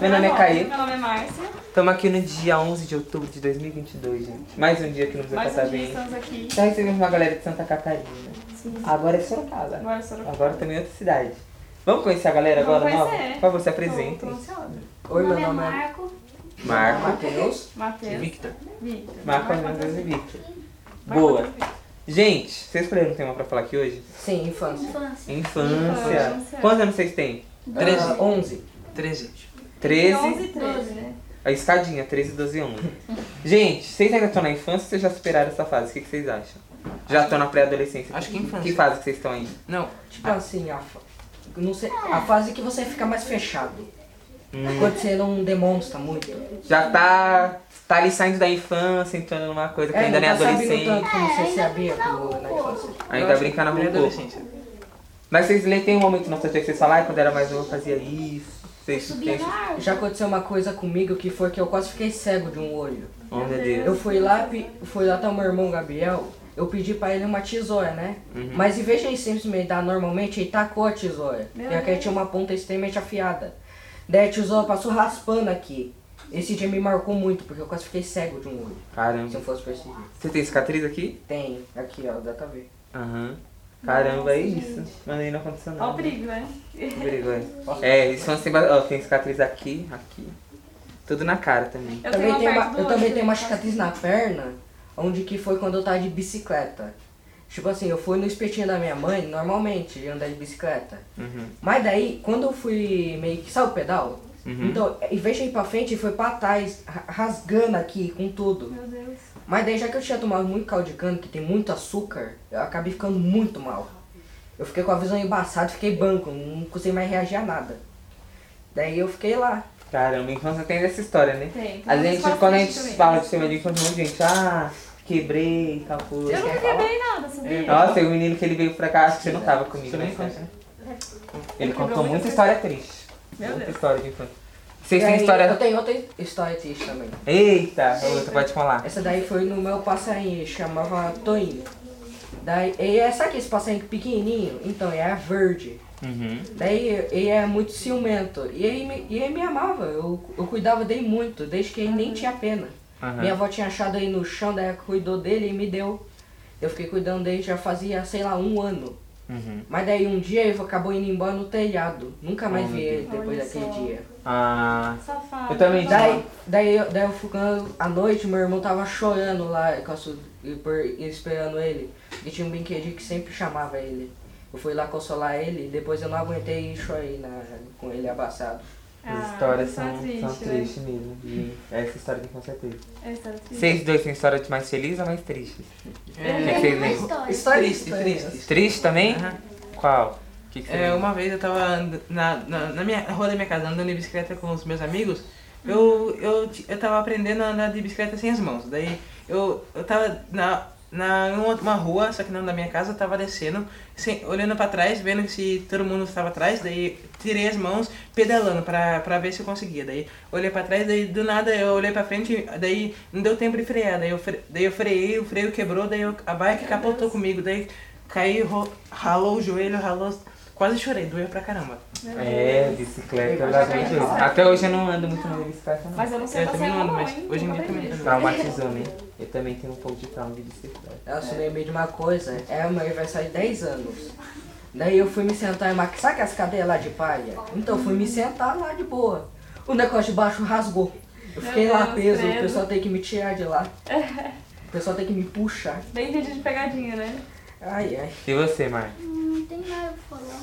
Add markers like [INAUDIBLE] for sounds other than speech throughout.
Meu nome é Caio. Meu nome é Márcia. Estamos aqui no dia 11 de outubro de 2022, gente. Mais um dia que não precisa Mais passar um dia bem. estamos aqui. Já recebemos uma galera de Santa Catarina. Sim. Agora é Sorocaba. Agora é Sorocaba. Agora também é outra cidade. Vamos conhecer a galera Vamos agora conhecer. nova? Por favor, se Tô, apresentem. tô ansiosa. Oi, meu nome é Marco. Marco. Matheus. Matheus. Victor. Victor. Marco Hernandes e Victor. Boa. Gente, vocês escolheram um tema pra falar aqui hoje? Sim, infância. Infância. Infância. Infância. Quantos anos vocês têm? 13. 11. 13. 13. 11 e 13, né? A escadinha, 13, 12 e 11. Gente, vocês ainda estão na infância ou vocês já superaram essa fase? O que que vocês acham? Já estão na pré-adolescência? Acho que infância. Que fase que vocês estão aí? Não, Tipo assim, a, fa- não sei, a fase que você fica mais fechado. Hum. Quando você não demonstra muito. Já tá, tá ali saindo da infância, entrando numa coisa que ainda não nem é tá adolescente. sabendo tanto como você se ainda abria brincar como um na pouco. infância. eu Ainda acho brincando que é um pouco. adolescência. Mas vocês lê- tem um momento na sua vida que vocês falam, "Ai, quando eu era mais novo eu fazia isso. Vocês Subia têm... na árvore. Já aconteceu uma coisa comigo que foi que eu quase fiquei cego de um olho. Oh, meu Deus. Eu fui lá, pe- fui lá tá o meu irmão Gabriel, eu pedi pra ele uma tesoura, né? Mas em vez de ele simplesmente dar normalmente, ele tacou a tesoura. Meu Já que ele tinha uma ponta extremamente afiada. Daí a tesoura passou raspando aqui. Esse dia me marcou muito, porque eu quase fiquei cego de um olho. Se Caramba. não fosse por esse dia. Você tem cicatriz aqui? Tem, aqui ó, dá pra ver. Aham. Caramba, é isso. gente. Mas aí não aconteceu Ó o nada. perigo, né? Perigo, é. É, isso assim, ó, tem cicatriz aqui, aqui. Tudo na cara também. Eu também tenho tenho uma uma, parte do eu olho também tenho uma também, cicatriz na perna, onde que foi quando eu tava de bicicleta. Tipo assim, eu fui no espetinho da minha mãe, normalmente, de andar de bicicleta. Uhum, Mas daí, quando eu fui meio que sabe o pedal, Uhum. então, em vez de ir pra frente, foi pra trás, ra- rasgando aqui com tudo. Meu Deus. Mas daí, já que eu tinha tomado muito caldo de cana, que tem muito açúcar, eu acabei ficando muito mal. Eu fiquei com a visão embaçada, fiquei banco, não consegui mais reagir a nada. Daí eu fiquei lá. Caramba, infância tem essa história, né? Tem, tem a uma gente, história quando a triste gente também. fala de tema de infância, muita gente, ah, quebrei, tal coisa. é Eu nunca quebrei nada, sabia? Nossa, e o menino que ele veio pra cá, acho que você não tava comigo, né? Ele contou muita história triste. Meu muita Deus. história de infância. Vocês Daí, têm Eu história. né? tenho outra história triste também. Eita, outra, pode falar. Essa daí foi no meu passarinho, chamava Toinho. Daí, ele é, sabe aquele passarinho pequenininho? Então, ele era verde. Uhum. Daí, ele é muito ciumento. E ele me, e ele me amava, eu, eu cuidava dele muito, desde que ele nem tinha pena. Aham. Minha avó tinha achado ele no chão, daí ela cuidou dele e me deu. Eu fiquei cuidando dele já fazia, sei lá, um ano. Uhum. Mas daí um dia ele acabou indo embora no telhado. Nunca mais vi ele depois Olha daquele só. dia. Ah. Safado. Eu também já. Daí, daí, eu- daí eu ficando à noite, meu irmão tava chorando lá, com a su- e por- e esperando ele. E tinha um brinquedinho que sempre chamava ele. Eu fui lá consolar ele, e depois eu não aguentei e chorei na, com ele abraçado. As Ah, histórias isso é são, triste, são né? tristes mesmo. E essa história de infância é triste. É história triste. Vocês dois têm história de mais feliz ou mais triste? É. O que que vocês Uma lembram? história. Triste, É, triste. Triste também? Aham. Qual? O que, que você É, lembra? uma vez eu tava and- na, na, na minha na rua da minha casa andando de bicicleta com os meus amigos. Eu, eu, ti- eu tava aprendendo a andar de bicicleta sem as mãos. Daí eu, eu tava na, na em uma- uma rua, só que não da minha casa, eu tava descendo, sem, olhando pra trás, vendo se todo mundo estava atrás. Daí tirei as mãos, pedalando pra, pra ver se eu conseguia. Daí olhei pra trás, daí do nada eu olhei pra frente, daí não deu tempo de frear. Daí eu, fre, daí eu freiei, o freio quebrou, daí eu- a bike capotou comigo. Daí caí, ro, ralou o joelho, ralou. Quase chorei, doeu pra caramba. Meu Deus. É, bicicleta. Eu dá já muito caí isso. na Até hoje eu não ando muito na bicicleta, não. Mas eu não sei Eu você também não não, ando mais. hein? Hoje em dia Nunca também vi. não. Traumatizou, né? Eu também tenho um pouco de trauma de bicicleta. Eu assinei meio de uma coisa, é o meu aniversário de 10 anos. Daí eu fui me sentar em uma. Sabe as cadeiras lá de palha? Então eu fui me sentar lá de boa. O negócio de baixo rasgou. Eu Meu fiquei lá Deus, preso, o credo. pessoal tem que me tirar de lá. O pessoal tem que me puxar. Bem vídeo de pegadinha, né? Ai, ai. E você, Mar? Não tem nada pra falar.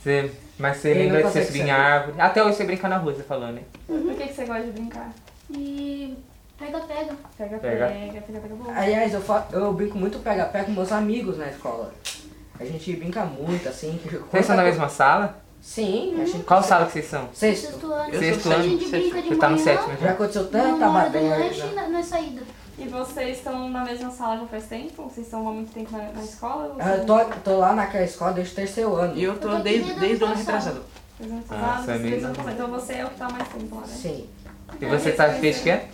Você, mas você Ele não lembra de você consegue subir em saber. árvore? Até hoje você brinca na rua, você falou, né? Por que, que você gosta de brincar? E pega, pega. Pega. Pega, pega, pega, pega, pega. boa. Aliás, eu, fa- eu brinco muito pega-pega com meus amigos na escola. A gente brinca muito, assim. Vocês são da mesma sala? Sim, a gente. Qual sala que vocês são? Sexto. Sexto ano. Eu Sexto sou A ano? gente brinca de Você tá no manhã, um sétimo Já já? aconteceu tanta Na hora do é lanche e baderna. na, na saída. E vocês estão na mesma sala já faz tempo? Vocês estão há muito tempo na, na escola? Ou Ah, Eu tô, tô lá naquela escola desde o terceiro ano. E eu tô Eu tô desde, querendo desde o ano passar. retrasado. Vocês não estão Ah, lá, isso é vocês meio não normal. estão- Então você é o que tá mais tempo lá, né? Sim. E você tá desde que é?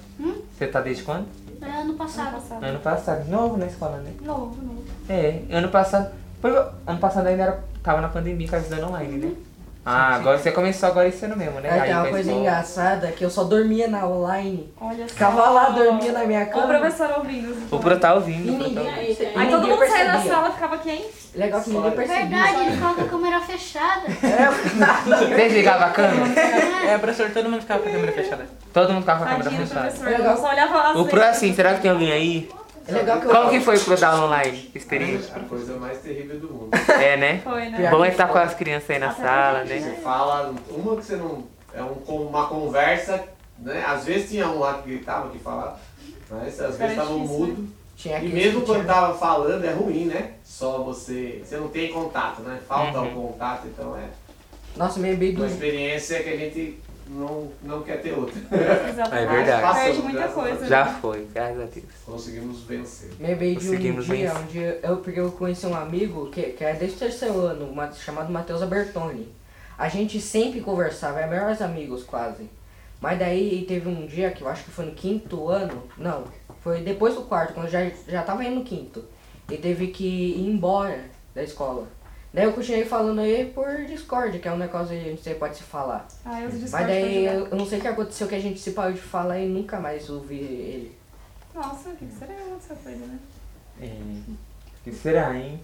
Você tá desde quando? É, passado. Ano passado, de novo na escola, né? Novo mesmo. É, ano passado. Foi, ano passado ainda era, tava na pandemia com a visão online, né? Ah, agora você começou agora esse ano mesmo, É, né? Aí tem uma pensou- É, coisa engraçada que eu só dormia na online. Olha só. Ficava lá, dormia na minha O cama. professor ouvindo. os O fones. Pro tá E ouvindo, o Pro tá ninguém, ouvindo. e Aí todo ninguém mundo saía da percebia. sala e ficava quem? Legal que ninguém percebia. Verdade, ele coloca a câmera fechada. [LAUGHS] Vocês ligavam a câmera? É, o professor, todo mundo ficava com a câmera fechada. Todo mundo ficava com Ah, a câmera Tadinho do fechada. professor. Eu só olhava lá. O Pro é assim, será que tem alguém aí? É legal que eu. Então, Como que foi o Pro da online? [LAUGHS] Experiência? A coisa mais terrível do mundo. É, né? Foi, né? Pior. Bom é estar com as crianças aí na sala, É. Você né? fala uma que você não. É um, com- uma conversa, né? Às vezes tinha um lá que gritava, que falava, mas às Era vezes tava um difícil, né? mudo. Tinha E É que- mesmo tinha- quando tava falando é ruim, né? Só você. Você não tem contato, né? Falta o contato, então é Nossa, é me lembrei Uhum. do. uma experiência que a gente não, não quer ter outra. É Exatamente. verdade. Perde muita coisa. né? Já foi, graças a Deus. Conseguimos vencer. Me lembrei de um Conseguimos dia, vencer. um dia eu, porque eu conheci um amigo que, que era desde o terceiro ano, ma- chamado Matheus Albertoni. A gente sempre conversava, era melhores amigos quase. Mas daí teve um dia que eu acho que foi no quinto ano, não, foi depois do quarto, quando já, já tava indo no quinto. E teve que ir embora da escola. Daí eu continuei falando aí por Discord, que é um negócio aí onde você pode se falar. Aí os Mas Discord daí foi eu, jogar. eu não sei o que aconteceu, que a gente se parou de falar e nunca mais ouvi ele. Nossa, o que que será essa coisa, né? É. Que será, hein?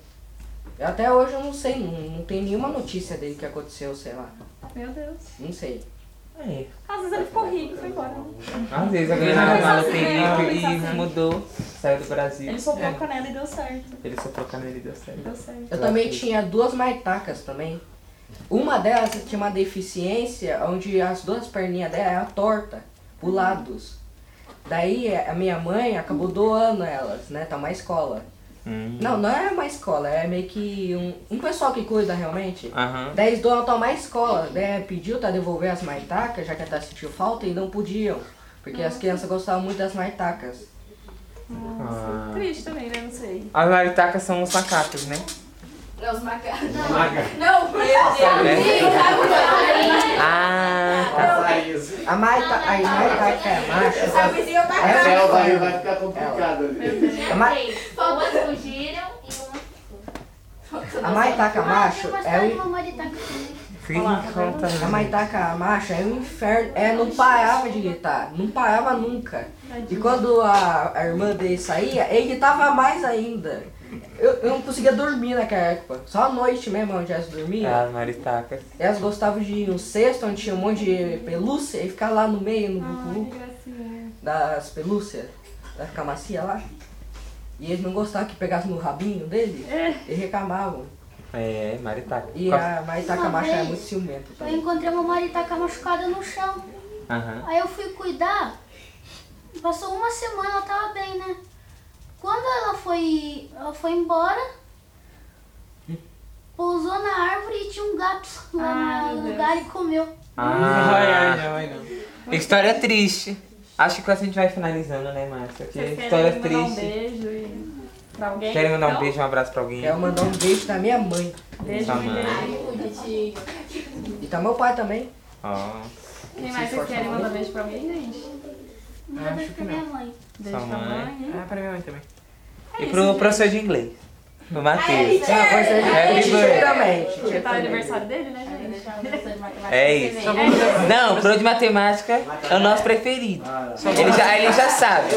Até hoje eu não sei, não, não tem nenhuma notícia dele que aconteceu, sei lá. Meu Deus. Não sei. É. Às vezes ele ficou rico e foi embora. né? Às vezes a galera na Vamos loteria pensar e assim. mudou, saiu do Brasil. Ele soprou É. a canela e deu certo. Ele soprou a canela e deu certo. Deu certo. Eu Eu também acho que- tinha duas maitacas também. Uma delas tinha uma deficiência onde as duas perninhas dela eram torta, pro lados. Daí eh, a minha mãe acabou doando elas, né? Tá uma escola. Hum. Não, não é uma escola, é meio que um, um pessoal que cuida realmente. Aham. Daí eles doam tomar a escola, né? Pediu pra devolver as maitacas, já que ela sentiu falta e não podiam. Porque as crianças gostavam muito das maitacas. Ah. Triste também, né? Não sei. As maritacas são os macacos, né? Não, os macacos. [LAUGHS] Maga, Não, meu É. Deus. Ah, passarinhos. A maita, a maitaca é macho. A vizinha tá A Essa é selva a É aí vai ficar complicada ali. A, ma, Duas fugiram e um tá a maitaca macho uma. é o. tá fiz um conta. A maitaca macho é um inferno. É, não parava de gritar. Não parava nunca. E quando a, a irmã dele saía, ele gritava mais ainda. Eu, eu não conseguia dormir naquela época. Só à noite mesmo, onde elas dormiam. É, As maritacas. Elas gostavam de ir no cesto, onde tinha um monte de pelúcia, e ficar lá no meio, no Ah. Ai, buco que gracinha. das pelúcias, da camacia lá. E eles não gostavam que pegasse no rabinho dele, eles reclamavam. É, maritaca. E a Maitaka Uma Macha é vez- muito ciumento Eu também. encontrei uma maritaca tá machucada no chão. Aham. Aí eu fui cuidar. Passou uma semana, ela tava bem, né? Quando ela foi, ela foi embora, pousou na árvore e tinha um gato lá Ai, no meu lugar e comeu. Ai, ai, Ah, ai, não. história triste. Acho que com essa a gente vai finalizando, né, Márcia? Que Vocês história querem mandar um triste. beijo e... pra alguém? Querem mandar um Não? beijo, um abraço pra alguém? Quero mandar um beijo da minha mãe. Beijo, Tá, beijo. Ai, bonitinho. E tá meu pai também. Ó, Quem mais vocês querem mandar beijo pra alguém, gente? Manda beijo pra minha mãe. Beijo Sua pra mãe. mãe, hein? Ah, pra minha mãe também. E pro professor de inglês. Pro Matheus. Ah, pode ser Happy birthday. também. Porque É, tá aniversário dele, né, gente? É isso. Não, o pro de matemática é o nosso preferido. Ah, Ele já, ele já sabe.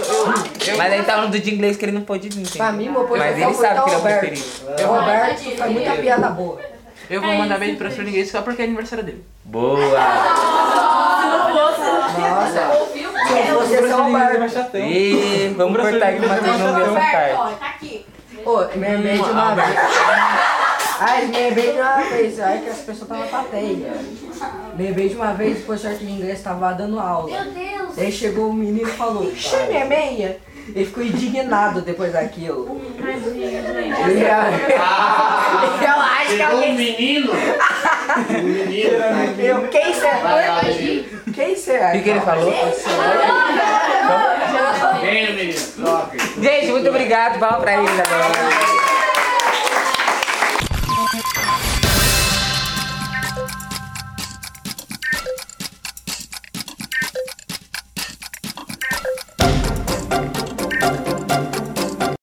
Mas aí tá falando do de inglês que ele não pôde vir. Pra entendeu? mim, meu pai Mas só ele foi sabe o que ele é o Roberto. preferido. O Roberto faz muita piada boa. Eu vou mandar beijo pro professor de inglês só porque é aniversário dele. Boa! Nossa. Ouviu? Se você são Roberto. E vamos cortar aqui o Matheus não veio Roberto, tarde. ó, tá aqui. Ô, me lembrei de uma vez. Ai, me lembrei de uma vez. Ai, que as pessoas estavam plateia. Me lembrei de uma vez, o professor de inglês tava dando aula. Meu Deus! Daí chegou o menino e falou, Ixi, minha meia. Ele ficou indignado depois daquilo. Tadinho, gente. Ele- eu acho que Chegou um alguém... [LAUGHS] menino! Um menino! tá aqui. Eu, quem Vai lá, será? menino. Quem será? O que, que ele falou? Venha, menino! Toque! Gente, muito obrigado. Fala pra eles agora.